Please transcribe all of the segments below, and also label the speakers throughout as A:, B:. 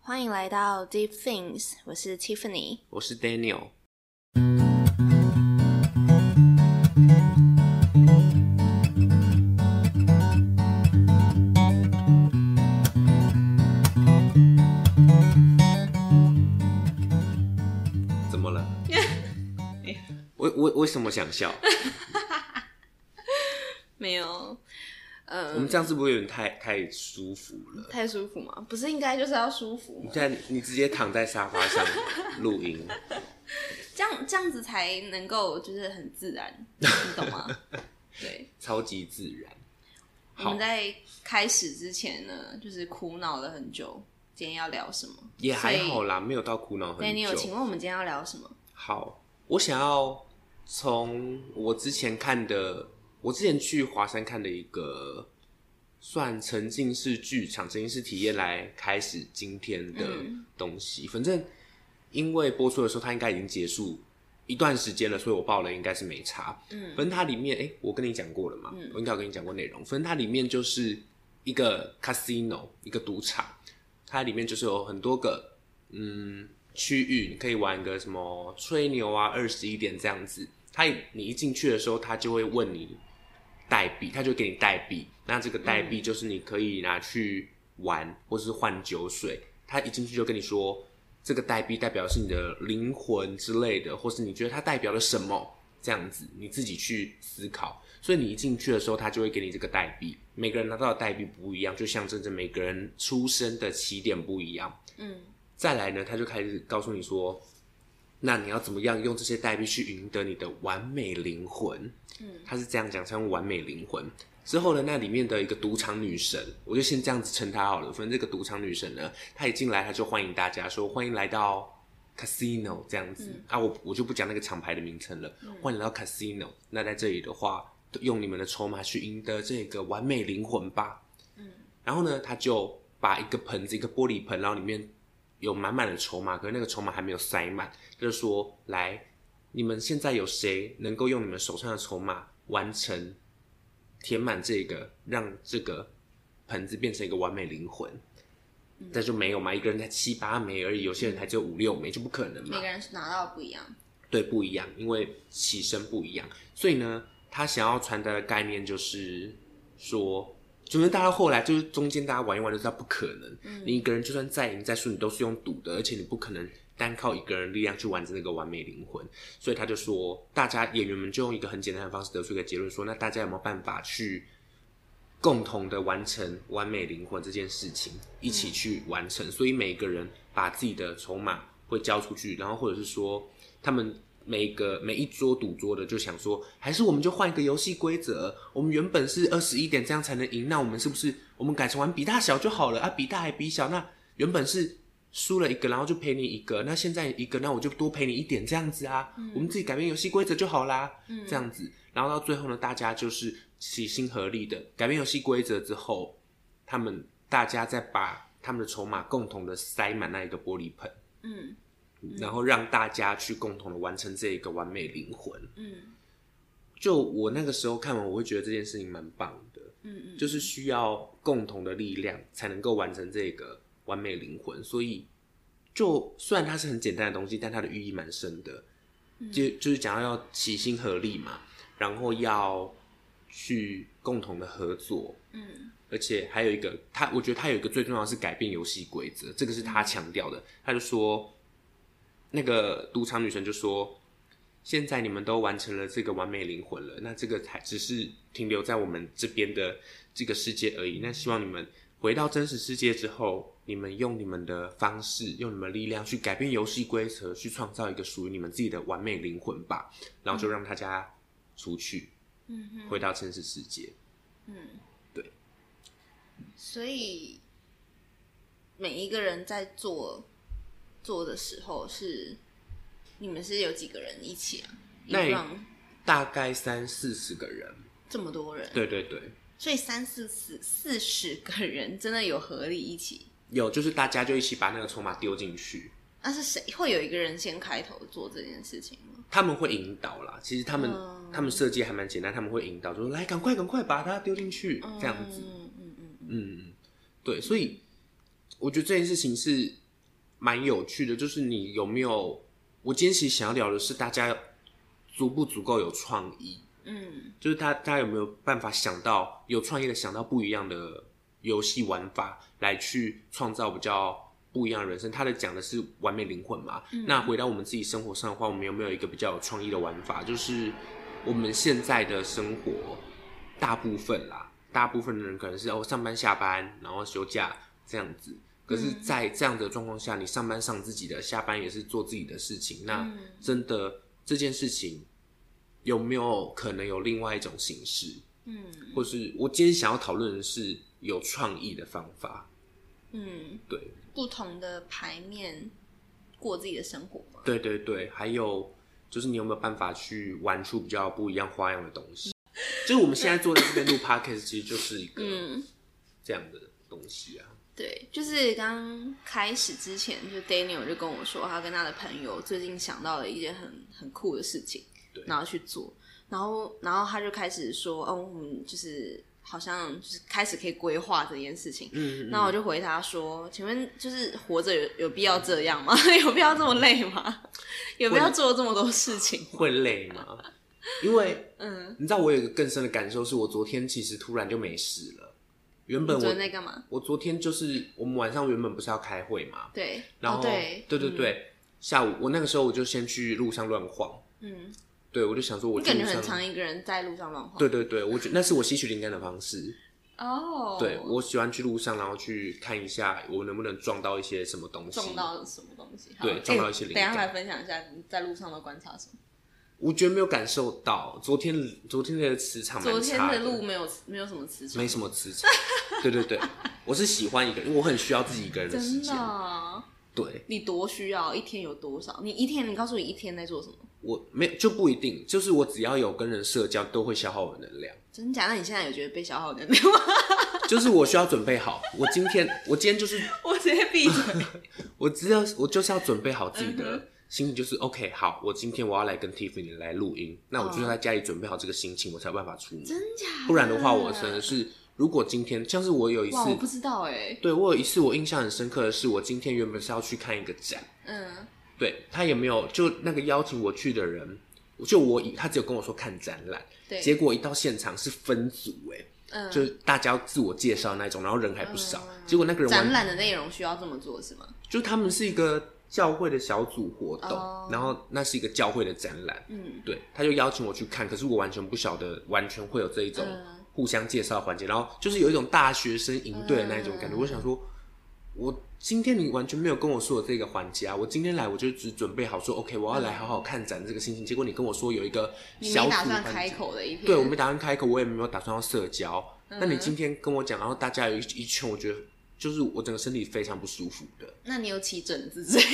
A: 欢迎来到 Deep Things，我是 Tiffany。
B: 我是 Daniel。怎么了？我我为什么想笑？
A: 没有，
B: 我们这样是不是有点太太舒服了？
A: 太舒服吗？不是应该就是要舒服
B: 你
A: 吗？
B: 看，你直接躺在沙发上 录音，
A: 这样这样子才能够就是很自然，你懂吗？对，
B: 超级自然。
A: 我
B: 好
A: 们，在开始之前呢，就是苦恼了很久，今天要聊什么？
B: 也还好
A: 所以。
B: 啦，没有到苦恼
A: 那
B: 很
A: 你有请
B: 久。
A: 问我们今天要聊什么？
B: 好，我想要从我之前看的，我之前去华山看的一个算沉浸式剧场、沉浸式体验来开始今天的
A: 嗯
B: 东西。反正因为播出的时候，它应该已经结束一段时间了，所以我报了应该是没差。
A: 嗯
B: 反正它里面，哎、我跟你讲过了嘛，
A: 嗯
B: 我应该有跟你讲过内容。反正它里面就是一个 casino，一个赌场，它里面就是有很多个嗯区域，你可以玩个什么吹牛啊、二十一点这样子。它你一进去的时候，它就会问你代币，它就给你代币。那这个代币就是你可以拿去玩，或是换酒水。它一进去就跟你说，这个代币代表是你的灵魂之类的，或是你觉得它代表了什么，这样子你自己去思考。所以你一进去的时候，他就会给你这个代币。每个人拿到的代币不一样，就象征着每个人出生的起点不一样。
A: 嗯
B: 再来呢，他就开始告诉你说，那你要怎么样用这些代币去赢得你的完美灵魂？
A: 嗯，
B: 他是这样讲，称完美灵魂。之后呢，那里面的一个赌场女神，我就先这样子称她好了。反正这个赌场女神呢，她一进来，她就欢迎大家说欢迎来到 casino 这样子、啊，我我就不讲那个厂牌的名称了，欢迎来到 casino。那在这里的话，用你们的筹码去赢得这个完美灵魂吧。然后呢，他就把一个盆子，一个玻璃盆，然后里面有满满的筹码，可是那个筹码还没有塞满，他就说：“来，你们现在有谁能够用你们手上的筹码完成填满这个，让这个盆子变成一个完美灵魂？”但就没有嘛，一个人才七八枚而已，有些人才只有五六枚，就不可能嘛。
A: 每个人拿到的不一样。
B: 对，不一样，因为起身不一样，所以呢，他想要传达的概念就是说，就是大家后来就是中间大家玩一玩就知道不可能，你一个人就算再赢再输，你都是用赌的，而且你不可能单靠一个人力量去完成那个完美灵魂，所以他就说，大家演员们就用一个很简单的方式得出一个结论，说那大家有没有办法去共同的完成完美灵魂这件事情，一起去完成。所以每个人把自己的筹码会交出去，然后或者是说，他们每个每一桌赌桌的就想说，还是我们就换一个游戏规则，我们原本是二十一点这样才能赢，那我们是不是我们改成玩比大小就好了啊？比大还比小，那原本是。输了一个，然后就赔你一个。那现在一个，那我就多赔你一点，这样子啊。我们自己改变游戏规则就好啦。这样子，然后到最后呢，大家就是齐心合力的改变游戏规则之后，他们大家再把他们的筹码共同的塞满那一个玻璃盆，
A: 嗯
B: 然后让大家去共同的完成这一个完美灵魂。
A: 嗯
B: 就我那个时候看完，我会觉得这件事情蛮棒的，
A: 嗯嗯，
B: 就是需要共同的力量才能够完成这个完美灵魂。所以，就虽然它是很简单的东西，但它的寓意蛮深的。就就是讲到要齐心合力嘛，然后要去共同的合作，
A: 嗯
B: 而且还有一个他，我觉得他有一个最重要的是改变游戏规则，这个是他强调的。他就说，那个赌场女神就说，现在你们都完成了这个完美灵魂了，那这个才只是停留在我们这边的这个世界而已。那希望你们回到真实世界之后，你们用你们的方式，用你们的力量去改变游戏规则，去创造一个属于你们自己的完美灵魂吧。然后就让大家出去，
A: 嗯哼
B: 回到真实世界。
A: 嗯，
B: 对。
A: 所以每一个人在做做的时候是，你们是有几个人一起啊？一
B: 那也
A: round
B: 大概三四十个人，
A: 这么多人，
B: 对对对，
A: 所以三四十四十个人真的有合力一起。
B: 有就是大家就一起把那个筹码丢进去，
A: 那是谁会有一个人先开头做这件事情吗？
B: 他们会引导啦。其实他们、
A: 嗯
B: 他们设计还蛮简单，他们会引导，就说来赶快赶快把它丢进去，这样子。
A: 嗯嗯嗯嗯
B: 嗯，对，所以我觉得这件事情是蛮有趣的，就是你有没有？我今天其实想要聊的是大家足不足够有创意，
A: 嗯
B: 就是大大家有没有办法想到有创意的想到不一样的游戏玩法来去创造比较不一样的人生？他的讲的是完美灵魂嘛？
A: 嗯
B: 那回到我们自己生活上的话，我们有没有一个比较有创意的玩法？就是我们现在的生活，大部分啦，大部分的人可能是哦上班下班，然后休假这样子。可是，
A: 嗯
B: 在这样的状况下，你上班上自己的，下班也是做自己的事情，那
A: 嗯
B: 真的这件事情有没有可能有另外一种形式？
A: 嗯
B: 或是我今天想要讨论的是有创意的方法，
A: 嗯，
B: 对，
A: 不同的牌面过自己的生活嘛。
B: 对对对，还有就是你有没有办法去玩出比较不一样花样的东西？就是我们现在坐在这边录 podcast，其实就是一个
A: 嗯，
B: 这样的东西啊。
A: 对，就是刚开始之前，就 Daniel 就跟我说，他跟他的朋友最近想到了一件很很酷的事情
B: 对，
A: 然后去做，然后然后他就开始说，哦，我们就是好像就是开始可以规划这件事情。
B: 嗯，
A: 那我就回答说：“请问，就是活着有有必要这样吗？ 有必要这么累吗？有必要做这么多事情吗？
B: 会累吗？因为
A: 嗯，
B: 你知道，我有一个更深的感受，是我昨天其实突然就没事了。原本
A: 你昨天
B: 我
A: 在干嘛？
B: 我昨天就是我们晚上原本不是要开会嘛，
A: 对，
B: 然后、
A: 哦、对
B: 对对，对下午我那个时候我就先去路上乱晃，
A: 嗯，嗯
B: 对我就想说我
A: 你感
B: 去
A: 觉
B: 路
A: 很
B: 上
A: 常一个人在路上乱晃。
B: 对对对，我觉得那是我吸取灵感的方式。
A: 哦，
B: 对我喜欢去路上，然后去看一下我能不能撞到一些什么东西。
A: 撞到什么东西？好
B: 对撞到一些
A: 哎
B: 灵
A: 等一下
B: 感
A: 来分享一下你在路上的观察什么。
B: 我觉得没有感受到，昨天昨天的磁场嗯蛮
A: 昨天
B: 差
A: 的路没有没有什么磁场，
B: 没什么磁场。对对对，我是喜欢一个人，因为我很需要自己一个人的时
A: 真
B: 间
A: 的。啊。
B: 对
A: 你多需要一天有多少？你一天，你告诉我一天在做什么？
B: 我没有就不一定，就是我只要有跟人社交，都会消耗我的能量。
A: 真假？那你现在有 觉得被消耗能量吗？
B: 就是我需要准备好，我今天我今天就是
A: 我直接 闭嘴。
B: 我只要我就是要准备好自己
A: 嗯
B: 的心情，就是 OK，好，我今天我要来跟 Tiffany 来录音，那我就在家里准备好这个心情，我才有办法出门。
A: 哦真假的？
B: 不然的话，我真的是，如果今天像是我有一
A: 哇，我不
B: 次，
A: 知道哎。
B: 对我有一次我印象很深刻的是，我今天原本是要去看一个展，
A: 嗯
B: 对他也没有，就那个邀请我去的人，就我以他只有跟我说看展览，
A: 对
B: 结果一到现场是分组哎、
A: 嗯，
B: 就是大家要自我介绍那一种，然后人还不少，结果那个人完
A: 展览的内容需要这么做是吗？
B: 就他们是一个教会的小组活动，
A: 哦
B: 然后那是一个教会的展览，
A: 嗯
B: 对，他就邀请我去看，可是我完全不晓得，完全会有这一种
A: 嗯
B: 互相介绍环节，然后就是有一种大学生营队的那一种感觉。
A: 嗯
B: 我想说，我今天你完全没有跟我说有这个环节啊，我今天来我就只准备好说，OK，我要来好好看展这个心情，结果你跟我说有一个
A: 嗯你
B: 小
A: 没
B: 组
A: 打算
B: 环
A: 开
B: 节，
A: 口的一天，
B: 对我没打算开口，我也没有打算要社交。
A: 嗯
B: 那你今天跟我讲，然后大家有一一圈，我觉得就是我整个身体非常不舒服的。
A: 那你有起疹子之 类？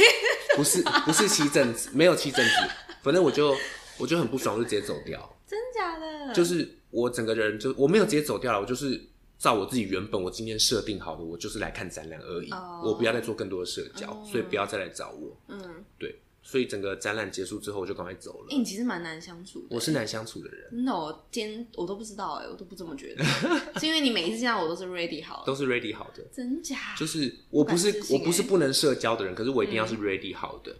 B: 不是不是七阵子，没有七阵子，反正我就我就很不爽，我就直接走掉。
A: 真假的？
B: 就是我整个人就我没有直接走掉了，我就是照我自己原本我今天设定好的，我就是来看展览而已
A: 哦
B: 我不要再做更多的社交所以不要再来找我。
A: 嗯，
B: 对，所以整个展览结束之后，我就赶快走了。
A: 哎，你其实蛮难相处的。
B: 我是难相处的人，
A: 真的，我今天我都不知道哎，我都不这么觉得， 是因为你每一次这样我都是 ready 好
B: 都
A: 的，
B: 是 ready 好的，
A: 真假？
B: 就是我不
A: 不
B: 是
A: 敢置信
B: 我
A: 欸
B: 不是不能社交的人，可是我一定要是 ready 好的。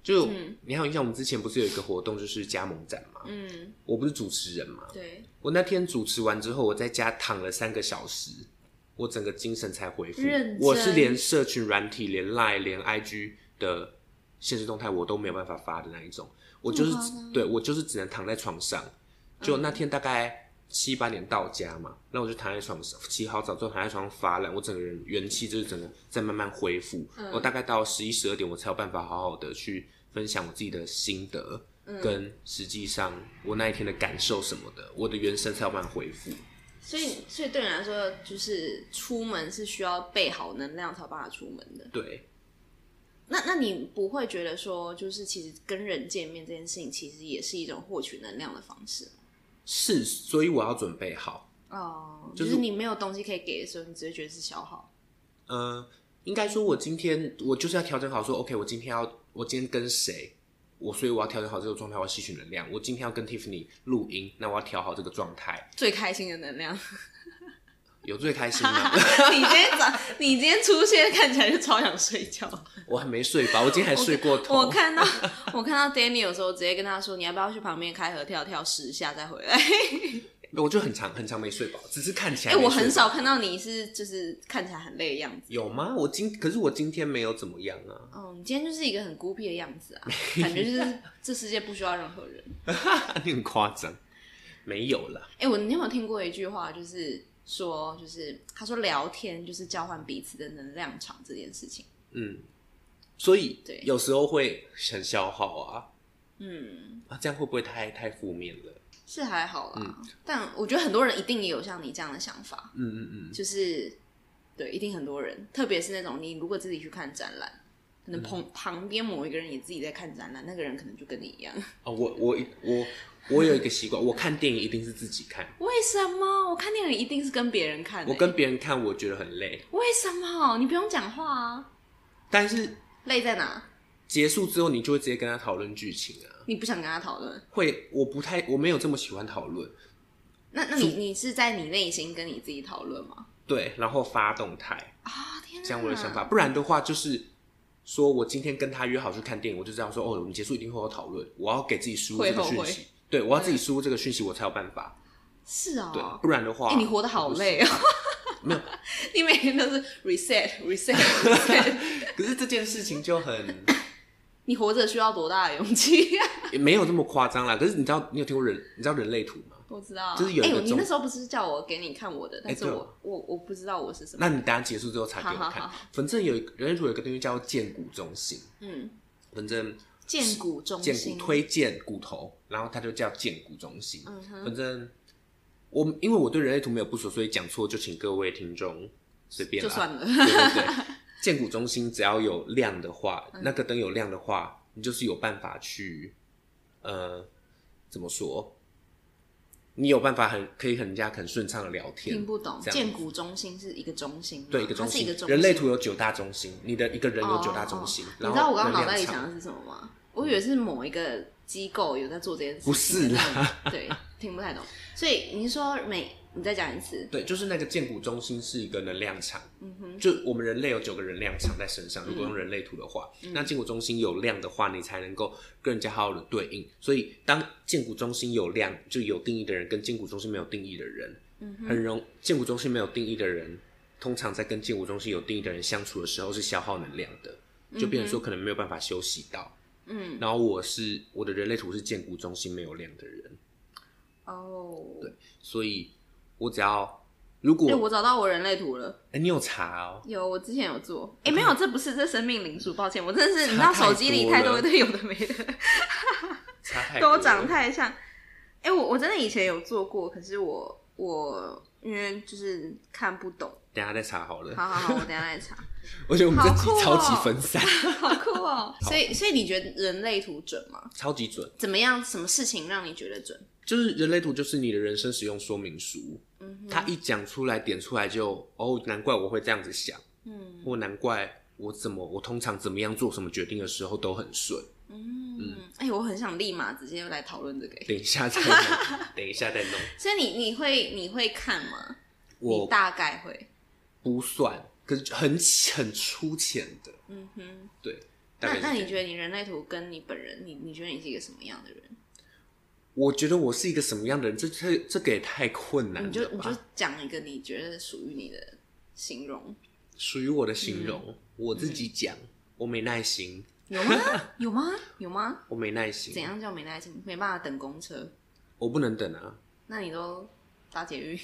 B: 就
A: 嗯
B: 你还有印象，我们之前不是有一个活动就是加盟展嘛？
A: 嗯，
B: 我不是主持人嘛，
A: 对，
B: 我那天主持完之后，我在家躺了三个小时，我整个精神才恢复
A: 认真。
B: 我是连社群软体、连 Line、连 IG 的现实动态我都没有办法发的那一种，我就是
A: 这么夸张
B: 对我就是只能躺在床上。就那天大概七八点到家嘛，那我就躺在床上洗好澡之后躺在床上发懒，我整个人元气就是整个在慢慢恢复。我大概到十一十二点，我才有办法好好的去分享我自己的心得，跟实际上我那一天的感受什么的，我的原神才有办法恢复。
A: 所以所以对你来说，就是出门是需要备好能量才有办法出门的。
B: 对，
A: 那那你不会觉得说，就是其实跟人见面这件事情，其实也是一种获取能量的方式
B: 是，所以我要准备好。
A: 哦，就
B: 就是
A: 是你没有东西可以给的时候，你只会觉得是消耗。
B: 呃，应该说，我今天我就是要调整好说 OK，我今天要，我今天跟谁，我所以我要调整好这个状态，我要吸取能量。我今 天要跟 Tiffany 录音，那我要调好这个状态，
A: 最开心的能量，
B: 有最开心 吗？
A: 你今天早，你今天出现看起来就超想睡觉。
B: 我还没睡吧，我今天还睡过头。
A: 我看到我看到 Danny 有时候直接跟他说，你要不要去旁边开合跳跳十下再回来？
B: 我就很长很长没睡饱，只是看起
A: 哎、
B: 来没睡饱。
A: 我很少看到你是就是看起来很累的样子。
B: 有吗？我今可是我今天没有怎么样啊。
A: 哦，你今天就是一个很孤僻的样子啊，感觉就是这世界不需要任何人。
B: 你很夸张，没有啦。
A: 哎、我你有没有听过一句话，就是说，就是他说聊天就是交换彼此的能量场这件事情。
B: 嗯，所以
A: 对
B: 有时候会很消耗啊。
A: 嗯，
B: 啊，这样会不会太太负面了？
A: 是还好啦，但我觉得很多人一定也有像你这样的想法，
B: 嗯嗯嗯，
A: 就是对，一定很多人，特别是那种你如果自己去看展览。可
B: 嗯
A: 能旁旁边某一个人也自己在看展览，那个人可能就跟你一样。
B: 哦，我我我我有一个习惯，我看电影一定是自己看，
A: 为什么？我看电影一定是跟别人看、欸。
B: 我跟别人看我觉得很累，
A: 为什么？你不用讲话啊，
B: 但是
A: 累在哪？
B: 结束之后你就会直接跟他讨论剧情啊。
A: 你不想跟他讨论？
B: 会，我不太，我没有这么喜欢讨论，
A: 那那你你是在你内心跟你自己讨论吗？
B: 对，然后发动态
A: 啊、天哪！
B: 讲我的想法，不然的话就是说我今天跟他约好去看电影，我就知道说哦，我们结束一定会有讨论，我要给自己输入这
A: 会
B: 个
A: 后
B: 讯
A: 悔
B: 息，对我要自己输入这个讯息，我才有办法，
A: 是
B: 对
A: 哦，，
B: 不然的话，
A: 哎、你活得好累哦，
B: 没有，
A: 你每天都是 reset reset reset，
B: 可是这件事情就很
A: 你活着需要多大的勇气、啊？
B: 也没有这么夸张啦。可是你知道，你有听过人，你知道人类图吗？
A: 我知道啊，
B: 就是有一
A: 哎
B: 个
A: 呦你
B: 中哎
A: 那时候不是叫我给你看我的，但是
B: 对啊
A: 我、我我不知道我是什么，
B: 那你等下结束之后才给我
A: 好
B: 看。
A: 好好
B: 反正有一个人类图有一个东西叫荐骨中心，
A: 嗯，
B: 反正
A: 建骨中
B: 荐
A: 心
B: 骨，推荐骨头，然后它就叫荐骨中心。
A: 嗯哼
B: 反正我因为我对人类图没有不熟，所以讲错就请各位听众随便
A: 就
B: 啦。
A: 算了，
B: 对对对， 荐骨中心只要有亮的话，
A: 嗯
B: 那个灯有亮的话，你就是有办法去，呃，怎么说？你有办法很可以很人家很顺畅的聊天，
A: 听不懂。
B: 这样
A: 建骨中心是一个中心吗，
B: 对一个中
A: 它是一
B: 心，
A: 个中心。
B: 人类图有九大中心，你的一个人有九大中心，
A: 哦哦
B: 然
A: 你知道
B: 后
A: 我刚刚
B: 能
A: 脑
B: 量
A: 袋里
B: 场
A: 想的是什么吗？我以为是某一个机构有在做这件事情，
B: 不是啦，
A: 对，听不太懂。所以你说每你再讲一次，
B: 对，就是那个建骨中心是一个能量场，嗯哼，就我们人类有九个能量场在身上，如
A: 嗯
B: 果用人类图的话，那建骨中心有量的话，你才能够跟人家好好的对应。所以当建骨中心有量，就有定义的人跟建骨中心没有定义的人，嗯哼，很容建骨中心没有定义的人，通常在跟建骨中心有定义的人相处的时候是消耗能量的，就变成说可能没有办法休息到。
A: 嗯，
B: 然后我是我的人类图是建骨中心没有量的人，
A: 哦，
B: 所以我只要如果
A: 哎、我找到我人类图了，
B: 哎、你有查哦，
A: 有，我之前有做，哎、没有，这不是，这生命灵数，抱歉，我真的是，你知道
B: 嗯差太
A: 手机里
B: 多
A: 太
B: 了
A: 多一堆有的没的，
B: 差太多
A: 都
B: 了
A: 长太像。哎、我我真的以前有做过，可是我我因为就是看不懂，
B: 等一下再查好了。
A: 好好好，我等一下来查。
B: 我觉得我们这集
A: 好酷哦
B: 超级分散，
A: 好酷哦！所以，所以你觉得人类图准吗？
B: 超级准。
A: 怎么样？什么事情让你觉得准？
B: 就是人类图就是你的人生使用说明书，
A: 嗯
B: 他一讲出来点出来就哦，难怪我会这样子想，
A: 嗯
B: 或难怪我怎么我通常怎么样做什么决定的时候都很顺。
A: 嗯，哎、我很想立马直接来讨论这个。
B: 等一下再弄，等一下再弄，
A: 所以你你会你会看吗？你
B: 我
A: 大概会。
B: 不算，可是很很粗浅的，
A: 嗯哼，
B: 对。
A: 那
B: 大概是
A: 那
B: 这
A: 你
B: 样
A: 觉得你人类图跟你本人，你你觉得你是一个什么样的人？
B: 我觉得我是一个什么样的人？这这这个也太困难了吧。
A: 你就你就讲一个你觉得属于你的形容，
B: 属于我的形容，
A: 嗯
B: 我自己讲，我没耐心，
A: 有 吗？有吗？有吗？
B: 我没耐心
A: 怎，样叫没耐心？没办法等公车，
B: 我不能等 啊，
A: 那你都搭捷 运？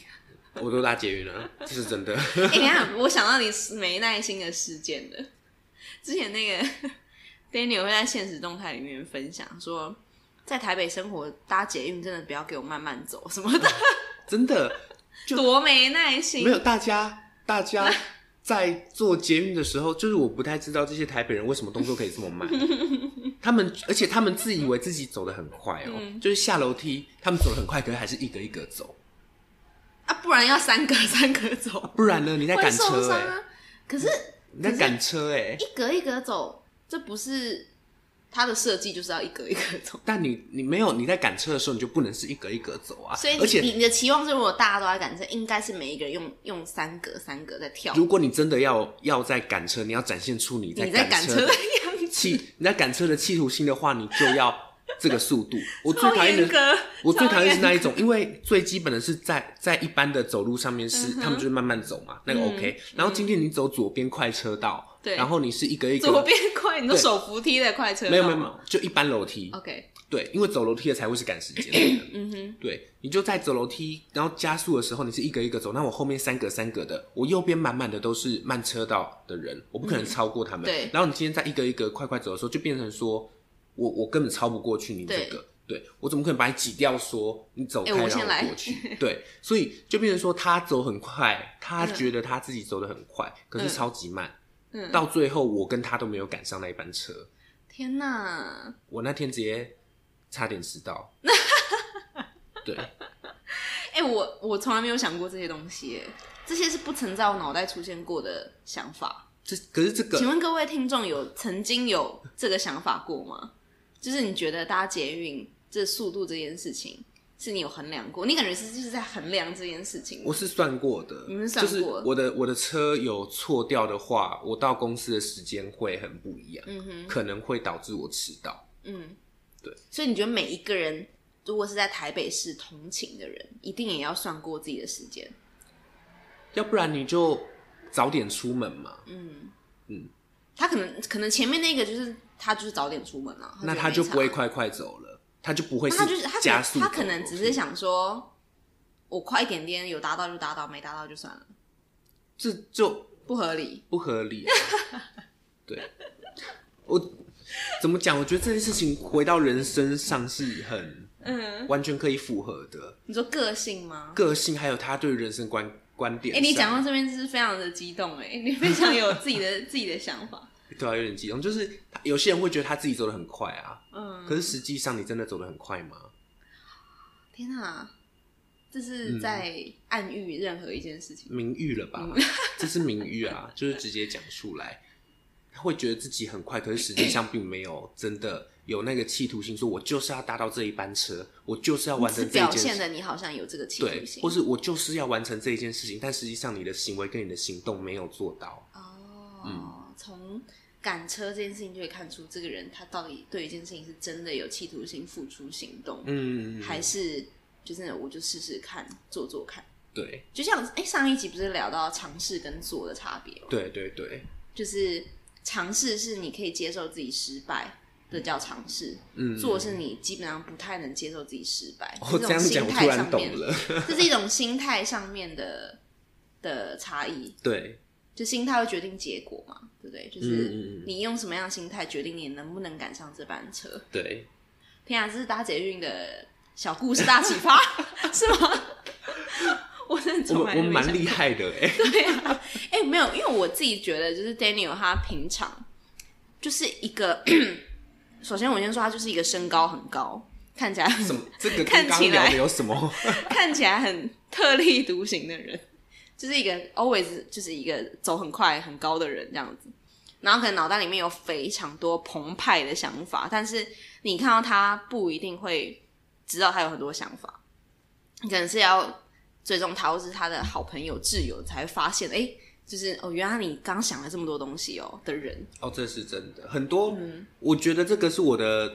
B: 我都搭捷运了，这是真 的。
A: 哎、等一下，我想到你没耐心的事件了。之前那个 Daniel 会在现实动态里面分享说，在台北生活搭捷运真的不要给我慢慢走什么的，
B: 真的就
A: 多没耐
B: 没
A: 心。
B: 有大家，大家在做捷运的时候，就是我不太知道这些台北人为什么动作可以这么 慢。他们，而且他们自以为自己走得很快哦，
A: 嗯
B: 就是下楼梯，他们走得很快，可是还是一格一格走。
A: 啊，不然要三格三格走，
B: 不然呢？你在
A: 会
B: 赶
A: 受
B: 车
A: 伤
B: 哎、
A: 啊。可是
B: 你在赶车哎、
A: 一格一格走，这不是它的设计就是要一格一格走。
B: 但你你没有你在赶车的时候，你就不能是一格一格走啊。
A: 所以你
B: 而且
A: 你你的期望是，如果大家都在赶车，应该是每一个人用用三格三格在跳。
B: 如果你真的要要在赶车，你要展现出你在
A: 你在赶车
B: 车
A: 的
B: 的
A: 样子，
B: 企你在赶车的企图心的话，你就要这个速 度。我最
A: 超
B: 讨厌
A: 严
B: 的，
A: 格。
B: 我最讨厌是
A: 超
B: 那一种，因为最基本的是在在一般的走路上
A: 嗯
B: 面是、他们就是慢慢走嘛，那个 OK、然后今天你走左边快车道，
A: 对
B: 然后你是一格一
A: 左
B: 格，
A: 边快，你说
B: 对
A: 手扶梯的快车道
B: 没有没有没有，就一般楼梯。
A: OK，
B: 对，因为走楼梯的才会是赶时间的。嗯哼，对，你就在走楼梯，然后加速的时候，你是一格一格走，那我后面三格三格的，我右边满满的都是慢车道的人，我不可能超过他们。
A: 对
B: 然后你今天在一格一格快快走的时候，就变成说我我根本超不过去你这
A: 对
B: 个。对我怎么可能把你挤掉说你走
A: 哎
B: 开
A: 我
B: 让
A: 先来
B: 我过去？对，所以就变成说他走很快，他觉得他自己走得很快，可是
A: 嗯
B: 超级慢。
A: 嗯
B: 到最后我跟他都没有赶上那一班车，
A: 天哪！
B: 我那天直接差点迟到。 对，
A: 哎、我我从来没有想过这些东西耶，这些是不曾在我脑袋出现过的想法。
B: 这可是这
A: 请
B: 个
A: 问各位听众有曾经有这个想法过吗？就是你觉得搭捷运这速度这件事情，是你有衡量过？你感觉是就是在衡量这件事情吗？
B: 我是算过的，
A: 你们算
B: 就
A: 过
B: 是我的我的车有错掉的话，我到公司的时间会很不一样，
A: 嗯哼，
B: 可能会导致我迟到。
A: 嗯，
B: 对。
A: 所以你觉得每一个人，如果是在台北市通勤的人，一定也要算过自己的时间。
B: 要不然你就早点出门嘛，
A: 嗯他可能可能前面那个就是他就是早点出门啊，
B: 那
A: 他
B: 他
A: 觉得
B: 就
A: 没差哦
B: 不会快快走了，他就不会
A: 那他就是他可
B: 加
A: 能
B: 速
A: 他可能
B: 走
A: 只是想说，我快一点点，有达到就达到，没达到就算了，
B: 这就
A: 不合理。
B: 不 合理、啊。对，我怎么讲？我觉得这件事情回到人身上是很
A: 嗯，
B: 完全可以符合的。
A: 你说个性吗？
B: 个性，还有他对人生观观点
A: 哎、
B: 上。
A: 哦你讲到这边就是非常的激动、哎，你 非常有自己的 自己的想法。
B: 对啊，有点激动，就是他有些人会觉得他自己走得很快啊，
A: 嗯，
B: 可是实际上你真的走得很快吗？
A: 天哪、这
B: 嗯
A: 是在暗喻任何一件事情。
B: 名誉了
A: 嗯
B: 吧， 这是名誉啊，就是直接讲出来，他会觉得自己很快，可是实际上并没有真的有那个企图心，说我就是要搭到这一班车，我就是要完
A: 只
B: 成这一
A: 表
B: 件
A: 现
B: 事。
A: 的你好像有这个企
B: 对
A: 图，心
B: 或是我就是要完成这一件事情，但实际上你的行为跟你的行动没有做到，
A: 哦，从赶车这件事情就可以看出，这个人他到底对一件事情是真的有企图心、付出行动，
B: 嗯，
A: 还是就是我就试试看、做做看。
B: 嗯对，
A: 就像哎、上一集不是聊到尝试跟做的差别吗？
B: 对对对，
A: 就是尝试是你可以接受自己失败的叫尝试，
B: 嗯，
A: 做是你基本上不太能接受自己失败。
B: 哦，
A: 这
B: 这
A: 种
B: 样讲
A: 心
B: 我突
A: 态上
B: 然懂
A: 面，
B: 了，
A: 这是一种心态上面的的差异。
B: 对，
A: 就心态会决定结果嘛，对不对？就
B: 嗯嗯
A: 是
B: 嗯
A: 你用什么样的心态决定你能不能赶上这班车。
B: 对，
A: 天啊，这是搭捷运的小故事大启 发，是吗？我真的从
B: 我
A: 来
B: 们我
A: 没
B: 们蛮
A: 想
B: 厉害的哎、
A: 对啊，哎、没有，因为我自己觉得，就是 Daniel 他平常就是一个， 首先我先说他就是一个身高很高，看起来很
B: 什么这个
A: 看
B: 跟刚
A: 起
B: 刚聊
A: 来
B: 的有 什么？
A: 看起来很特立独行的人，就是一个 always 就是一个走很快很高的人这样子，然后可能脑袋里面有非常多澎湃的想法，但是你看到他不一定会知道他有很多想法，你可能是要追踪他或是他的好朋友挚友才会发现，哎、就是哦，原来你刚想了这么多东西哦的人，
B: 哦，这是真的，很多，
A: 嗯
B: 我觉得这个是我的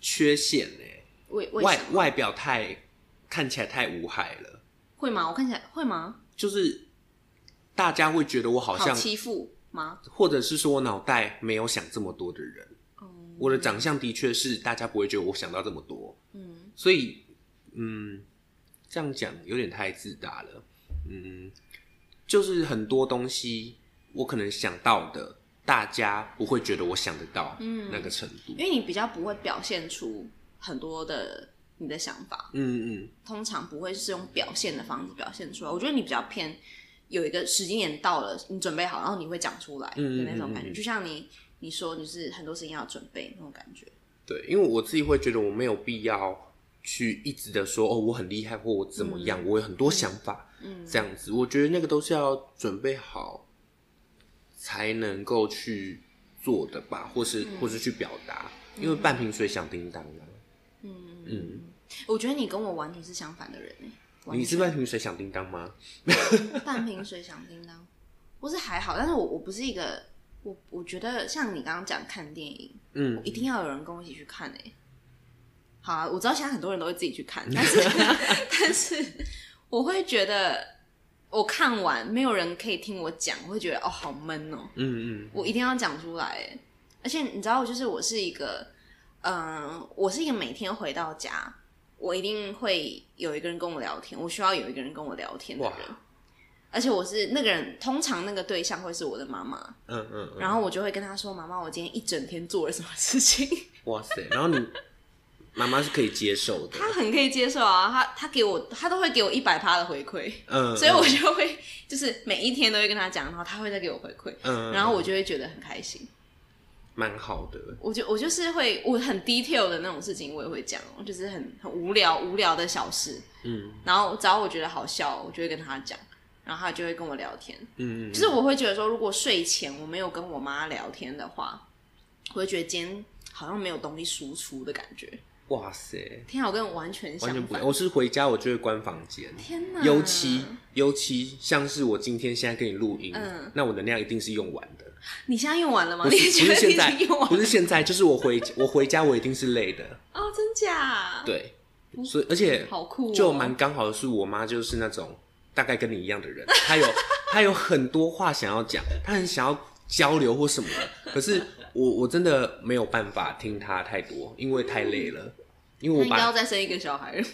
B: 缺陷哎、
A: 为为
B: 外
A: 什么
B: 外表太看起来太无害了，
A: 会吗？我看起来会吗？
B: 就是大家会觉得我好
A: 好
B: 像，
A: 欺负吗？
B: 或者是说我脑袋没有想这么多的人，我的长相的确是大家不会觉得我想到这么多，
A: 嗯
B: 所以，嗯，这样讲有点太自大了。嗯，就是很多东西我可能想到的，大家不会觉得我想得到，嗯，那个程度。
A: 因为你比较不会表现出很多的你的想法，
B: 嗯嗯，
A: 通常不会是用表现的方式表现出来。我觉得你比较偏有一个时间点到了，你准备好，然后你会讲出来的
B: 嗯嗯
A: 那种感觉，
B: 嗯嗯
A: 就像你你说你是很多事情要准备那种感觉。
B: 对，因为我自己会觉得我没有必要去一直的说哦，我很厉害或我怎么样，我有很多想法，嗯，这样子，我觉得那个都是要准备好才能够去做的吧，或是、
A: 嗯
B: 或是去表达，因为半瓶水响叮当啊，
A: 我觉得你跟我完全是相反的人哎、完
B: 嗯你是
A: 全
B: 半瓶水响叮当吗？
A: 半瓶水响叮当，我是还好，但是我我不是一个，我我觉得像你刚刚讲看电影，
B: 嗯，
A: 一定要有人跟我一起去看哎、好啊，我知道现在很多人都会自己去看，但 是 但是我会觉得我看完没有人可以听我讲，我会觉得哦好闷哦、
B: 嗯嗯
A: 我一定要讲出来欸。而且你知道，就是我是一个，嗯、我是一个每天回到家，我一定会有一个人跟我聊天，我需要有一个人跟我聊天的
B: 哇
A: 人。而且我是那个人，通常那个对象会是我的妈妈，
B: 嗯嗯嗯，
A: 然后我就会跟她说：“妈妈，我今天一整天做了什么事情。”
B: 哇塞，然后你妈妈是可以接受的，
A: 她很可以接受啊，她她给我，她都会给我一百趴的回馈，
B: 嗯，
A: 所以我就会就是每一天都会跟她讲，然后她会再给我回馈，
B: 嗯，嗯
A: 然后我就会觉得很开心。
B: 蛮好的，
A: 我就我就是会，我很 detail 的那种事情，我也会讲，哦就是很很无聊无聊的小事，
B: 嗯
A: 然后只要我觉得好笑，我就会跟他讲，然后他就会跟我聊天。
B: 嗯嗯，
A: 就是我会觉得说，如果睡前我没有跟我妈聊天的话，我会觉得今天好像没有东西输出的感觉。
B: 哇塞，
A: 天啊，我跟我完全
B: 完全
A: 相
B: 不一
A: 反
B: 样。。我是回家我就会关房间，
A: 天哪，
B: 尤其尤其像是我今天现在跟你录音，
A: 嗯
B: 那我能量一定是用完的，
A: 你现在用完了吗？
B: 不
A: 你
B: 是
A: 觉
B: 不
A: 得
B: 是
A: 你已
B: 现在
A: 经用完
B: 不是现在，就是我回我回家我一定是 累的，
A: 哦，真假？，
B: 对，所以而且
A: 好酷、哦，
B: 就蛮刚好的是，我妈就是那种大概跟你一样的人，她有她有很多话想要讲，她很想要交流或什么的，可是我我真的没有办法听她太多，因为太累了，因为
A: 他
B: 我
A: 应该
B: 把
A: 要再生一个小 孩了。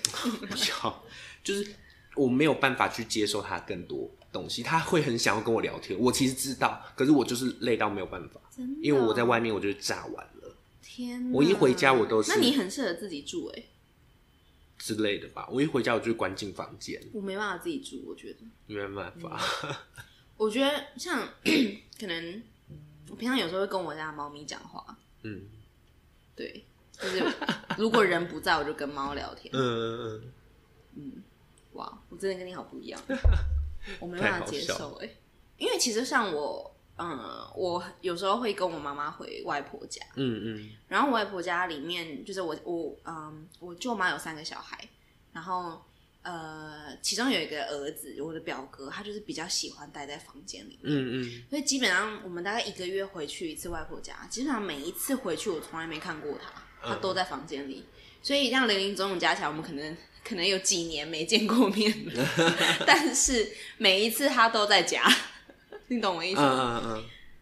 B: 不要，就是我没有办法去接受她更多东西，她会很想要跟我聊天，我其实知道，可是我就是累到没有办法，
A: 真的
B: 因为我在外面我就是炸完了
A: 天哪，
B: 我一回家我都是
A: 那你很适合自己住哎、
B: 之类的吧，我一回家我就关进房间，
A: 我没办法自己住，我觉得，
B: 没办法，
A: 我觉得像 可能我平常有时候会跟我家的猫咪讲话，
B: 嗯
A: 对，就是 如果人不在，我就跟猫聊天。
B: 嗯嗯。嗯
A: 哇，我真的跟你好不一样，我没
B: 太
A: 办法
B: 好
A: 接
B: 笑
A: 受哎、因为其实像我，嗯，我有时候会跟我妈妈回外婆家，
B: 嗯嗯
A: 然后我外婆家里面就是我我嗯，我舅妈有三个小孩，然后呃，其中有一个儿子，我的表哥，他就是比较喜欢待在房间里，
B: 嗯嗯，
A: 所以基本上我们大概一个月回去一次外婆家，基本上每一次回去我从来没看过他，他
B: 嗯
A: 都在房间里，所以这样零零总总加起来，我们可能可能有几年没见过面了，但是每一次他都在家，你懂我意思吗？
B: 嗯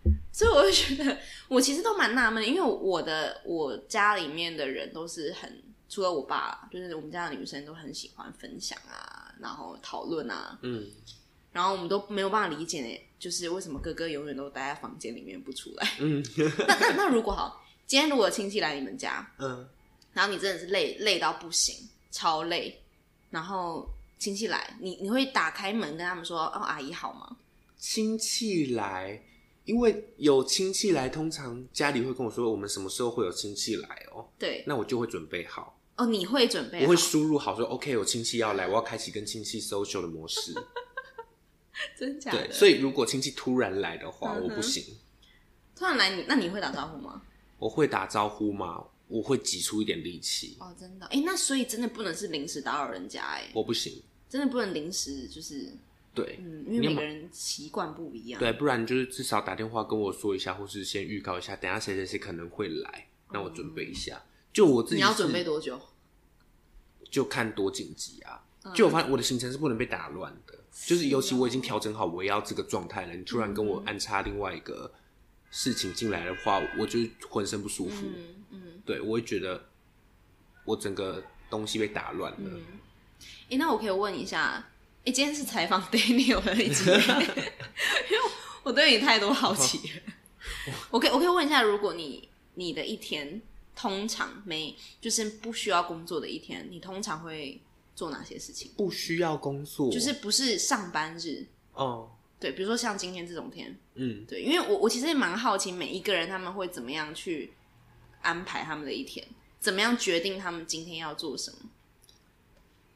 B: 嗯
A: 所以我就觉得，我其实都蛮纳闷的，因为我的我家里面的人都是很，除了我爸，就是我们家的女生都很喜欢分享啊，然后讨论啊，
B: 嗯，
A: 然后我们都没有办法理解，就是为什么哥哥永远都待在房间里面不出来。
B: 嗯，
A: 那那那如果好，今天如果亲戚来你们家，
B: 嗯
A: 然后你真的是累累到不行，超累，然后亲戚来，你你会打开门跟他们说，哦，阿姨好吗？
B: 亲戚来，因为有亲戚来，通常家里会跟我说我们什么时候会有亲戚来哦，
A: 对，
B: 那我就会准备好，
A: 哦，你会准备好，
B: 我会输入好说 OK，有亲戚要来，我要开启跟亲戚 social 的模式。
A: 真假的？
B: 对，所以如果亲戚突然来的话，
A: 嗯哼
B: 我不行，
A: 突然来你，那你会打招呼吗？
B: 我会打招呼嘛，我会挤出一点力气，
A: 哦，真的，哎、那所以真的不能是临时打扰人家、哎，
B: 我不行。
A: 真的不能临时就是，
B: 对
A: 嗯，因为
B: 你
A: 每
B: 要
A: 个人习惯不一样，
B: 对，不然就是至少打电话跟我说一下，或是先预告一下，等一下谁谁谁可能会来，那我准备一下。就我自己
A: 你要
B: 是
A: 准备多久？
B: 就看多紧急啊。
A: 嗯
B: 就我发现我的行程是不能被打乱的，就是尤其我已经调整好我要这个状态了，你突然
A: 嗯
B: 跟我安插另外一个事情进来的话，我就浑身不舒服。
A: 嗯嗯
B: 对，我会觉得我整个东西被打乱了。
A: 嗯，哎、那我可以问一下，哎、今天是采访 Daniel 的一 集，因为我对你太多好奇了，我可以我可以问一下，如果你你的一天通常没就是不需要工作的一天，你通常会做哪些事情？
B: 不需要工作，
A: 就是不是上班日，
B: 哦，
A: 对，比如说像今天这种天，
B: 嗯
A: 对，因为我我其实也蛮好奇每一个人他们会怎么样去安排他们的一天，怎么样决定他们今天要做什么。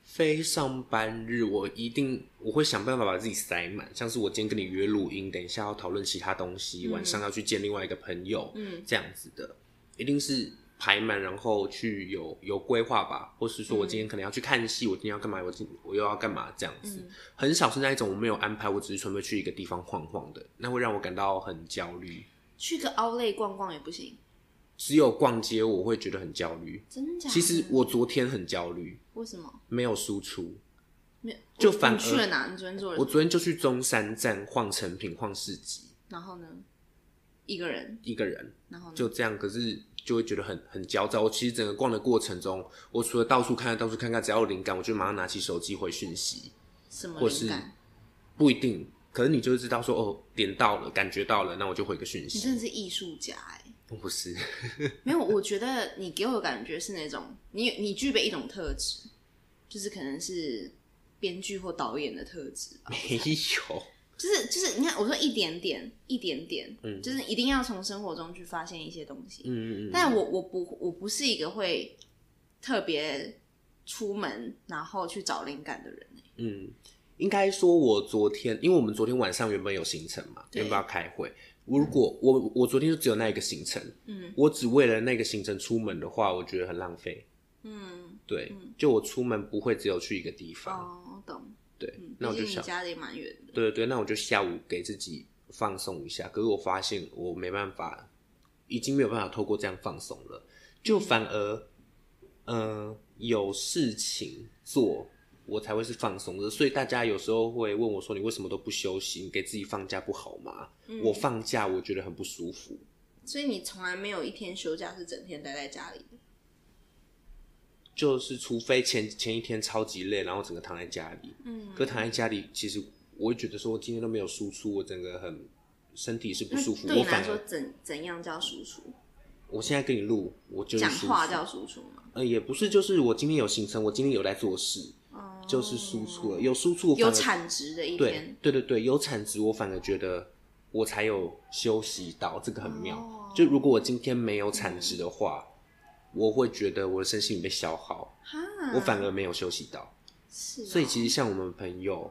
B: 非上班日，我一定我会想办法把自己塞满。像是我今天跟你约录音，等一下要讨论其他东西，晚上要去见另外一个朋友，
A: 嗯，
B: 这样子的，一定是排满，然后去有有规划吧，或是说我今天可能要去看戏，我今天要干嘛，我今我又要干嘛这样子。很少是那一种我没有安排，我只是纯粹去一个地方晃晃的，那会让我感到很焦虑。
A: 去个 Outlet 逛逛也不行，
B: 只有逛街，我会觉得很焦虑。
A: 真假的？
B: 其实我昨天很焦虑，
A: 为什么
B: 没有输出。
A: 没有？
B: 就反而
A: 你去了哪？你昨天做了什
B: 我
A: 么？
B: 昨天就去中山站晃成品、晃市集，
A: 然后呢？一个人，
B: 一个人
A: 然后呢？
B: 就这样，可是就会觉得很很焦躁。我其实整个逛的过程中，我除了到处看看、到处看看，只要有灵感，我就马上拿起手机回讯息，
A: 什么
B: 或
A: 灵
B: 是
A: 感？
B: 不一定。可是你就会知道说，哦，点到了，感觉到了，那我就回个讯
A: 你
B: 息。
A: 真的是艺术家哎、
B: 我不是，
A: 没有，我觉得你给我的感觉是那种你你具备一种特质，就是可能是编剧或导演的特质吧。
B: 没有。
A: 就是就是，你看我说一点点一点点，嗯，就是一定要从生活中去发现一些东西。
B: 嗯嗯嗯，
A: 但我我不我不是一个会特别出门然后去找灵感的人、欸、
B: 嗯应该说，我昨天，因为我们昨天晚上原本有行程嘛，
A: 对
B: 原本要开会。我如果我我昨天就只有那一个行程，
A: 嗯，
B: 我只为了那个行程出门的话，我觉得很浪费。
A: 嗯，
B: 对，就我出门不会只有去一个地方，
A: 哦，我懂。
B: 对，
A: 嗯，
B: 嗯那我
A: 毕
B: 就
A: 竟你
B: 想，
A: 家里蛮远的，
B: 对对对，那我就下午给自己放松一下。可是我发现我没办法，已经没有办法透过这样放松了，就反而，嗯、有事情做。我才会是放松的，所以大家有时候会问我说：“你为什么都不休息？你给自己放假不好吗？”
A: 嗯
B: 我放假，我觉得很不舒服。
A: 所以你从来没有一天休假是整天待在家里的。
B: 就是除非前前一天超级累，然后整个躺在家里，嗯，可躺在家里，其实我会觉得说，我今天都没有输出，我整个很身体是不舒服，
A: 对
B: 我
A: 你来
B: 反
A: 说
B: 而
A: 怎怎样叫输出？
B: 我现在跟你录，我就是
A: 讲
B: 输出
A: 话，叫输出吗？
B: 呃，也不是，就是我今天有行程，我今天有在做事，就是输出了，有输出，我
A: 哦
B: 反
A: 有
B: 而
A: 产值的一
B: 对
A: 天，
B: 对对对，有产值，我反而觉得我才有休息到，这个很妙。
A: 哦
B: 就如果我今天没有产值的话，我会觉得我的身心被消耗，
A: 哈，
B: 我反
A: 嗯
B: 而没有休息到。
A: 是、
B: 所以其实像我们朋友，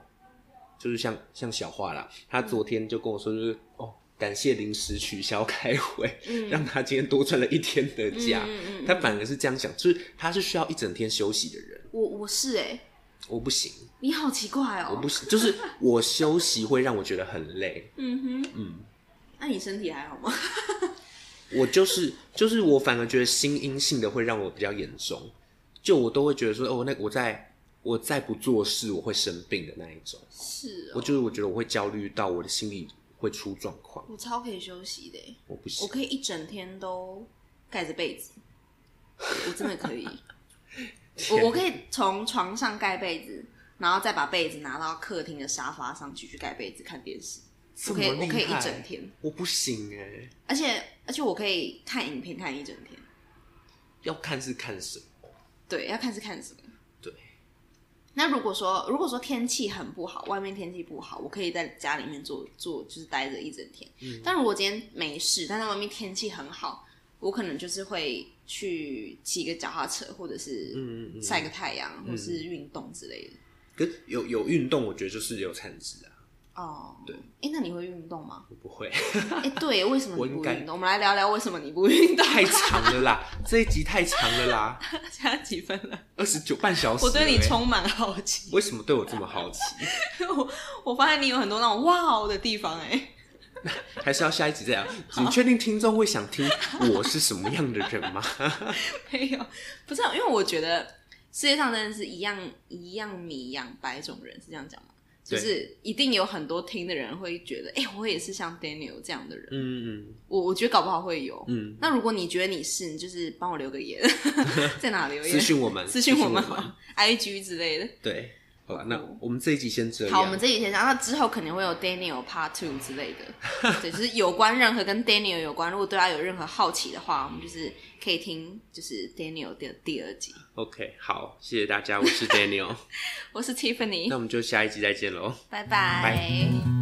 B: 就是像像小画啦，他昨天就跟我说，就是哦，感谢临时取消开会，
A: 嗯
B: 让他今天多赚了一天的假。
A: 哦
B: 他反而是这样想，就是他是需要一整天休息的人，
A: 我我是哎、
B: 我不行，
A: 你好奇怪哦、
B: 我不行，就是我休息会让我觉得很累。
A: 嗯哼，嗯，那你身体还好吗？
B: 我就是就是我反而觉得心阴性的会让我比较严重，就我都会觉得说，哦，那我在我再不做事，我会生病的那一种。
A: 是哦、
B: 我就是我觉得我会焦虑到我的心里会出状况。
A: 我超可以休息的、欸，
B: 我不
A: 我
B: 行，
A: 可以一整天都盖着被子，我真的可 以。我我可以从床上盖被子，然后再把被子拿到客厅的沙发上去去盖被子看电视。我可以
B: 这么
A: 我可以
B: 厉害
A: 一整天，
B: 我不行哎、
A: 而且而且我可以看影片看一整天。
B: 要看是看什么？
A: 对，要看是看什么。
B: 对，
A: 那如果说如果说天气很不好，外面天气不好，我可以在家里面做做，就是待着一整天。嗯，但如果今天没事，但在外面天气很好，我可能就是会去骑个脚踏车，或者是
B: 嗯嗯嗯。
A: 晒个太阳，或是运动之类的。
B: 可是有有运动，我觉得就是有产值啊，
A: 哦，
B: 对
A: 哎、那你会运动 吗？
B: 我不会，
A: 哎、对，为什么
B: 我
A: 你
B: 应
A: 不
B: 该
A: 运动？我们来聊聊为什么你不运 动。
B: 太长了啦，这一集太长了啦，
A: 现在几分了？
B: 二十九半小时、
A: 我对你
B: 欸，
A: 充满好奇，
B: 为什么对我这么好奇？
A: 我我发现你有很多那种哇哦的地方、哎。
B: 还是要下一集再聊？你确定听众会想听我是什么样的人 吗？
A: 没有，不是啊，因为我觉得世界上真的是一样一样米养百种人，是这样讲吗？就
B: 对
A: 是一定有很多听的人会觉得，哎、我也是像 Daniel 这样的人，
B: 嗯嗯
A: 我我觉得搞不好会有。
B: 嗯，
A: 那如果你觉得你是，你就是帮我留个 言，在哪留言？
B: 私讯我们，
A: 私讯我们
B: 私讯
A: 好，IG 之类的。
B: 对，好了，那我们这一集先这样。
A: 好，我们这几天讲，那之后肯定会有 Daniel Part Two 之类的，对，就是有关任何跟 Daniel 有关，如果对他有任何好奇的话，我们就是可以听就是 Daniel 的第二集。
B: OK，好，谢 谢大家，我是 Daniel，
A: 我是 Tiffany，
B: 那我们就下一集再见喽。
A: 拜拜。